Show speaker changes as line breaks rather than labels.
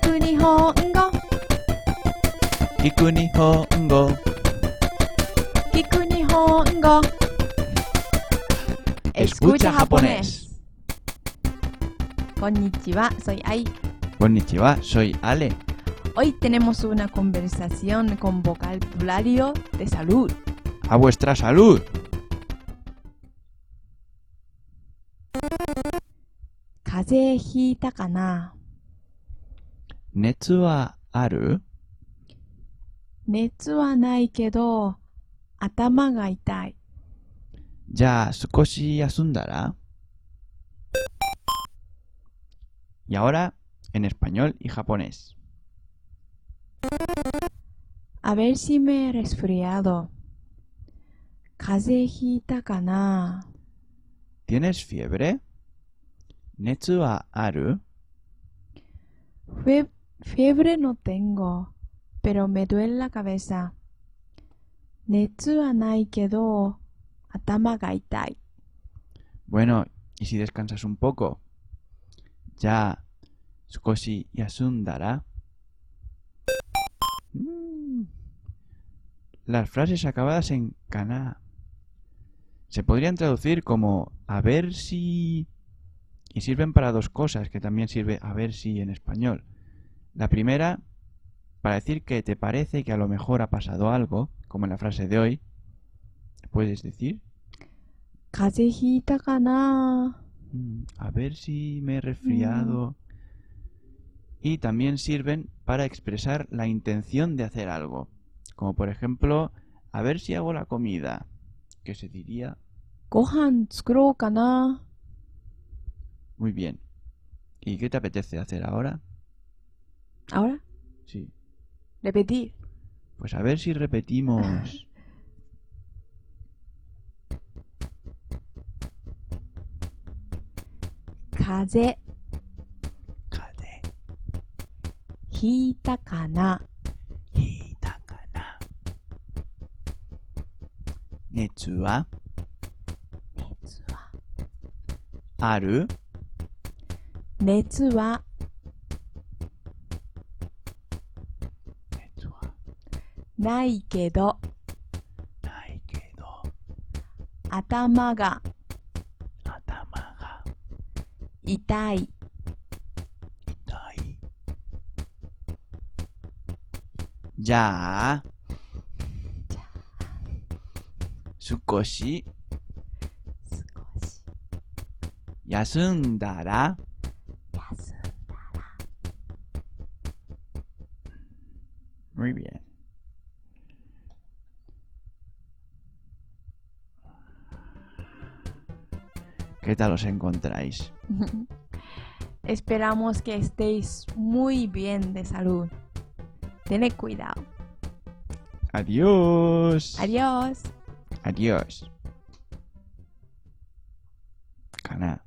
く日本語
聞く日本語
聞く日本語
Escucha japonés
こんにちは、soy Ai.
Konnichiwa, soy Ale
Hoy tenemos una conversación con vocabulario de salud.
¡A vuestra salud!
¿Kaze hi ta kana?
熱はある
熱はないけど、頭が痛い。
じゃあ少し休んだら Y ahora en español y japonés.
A ver si me he resfriado. ¿Kaze hi ta kana?
¿Tienes fiebre? ¿Netsu wa aru?
Fue- fiebre no tengo, pero me duele la cabeza. Netsu wa nai kedo, atama ga itai.
Bueno, ¿y si descansas un poco? Ya, Sukoshi Yasundara. Mm. Las frases acabadas en kana se podrían traducir como a ver si... y sirven para dos cosas, que también sirve a ver si en español. La primera, para decir que te parece que a lo mejor ha pasado algo, como en la frase de hoy. Puedes decir...
¿Kaze hi ta kana?
Mm, A ver si me he resfriado. Y también sirven para expresar la intención de hacer algo. Como por ejemplo, a ver si hago la comida. Que se diría
ご飯作ろうかな
muy bien. ¿Y qué te apetece hacer ahora?
Ahora,
Sí.
repetir.
Pues a ver si repetimos.
¿Kaze
Kade,
hi ta kana?
hitakana. Netsu wa
熱は
aru
熱は
Netsu wa
ないけど、
nai kedo
頭が
atama ga
痛い。
itai. Ya. Sukoshi
少し
yasundara.
休
Muy bien. ¿Qué tal os encontráis?
む Esperamos que estéis muy bien de salud. Tened cuidado.
Adiós.
Adiós.
Adiós. Cana.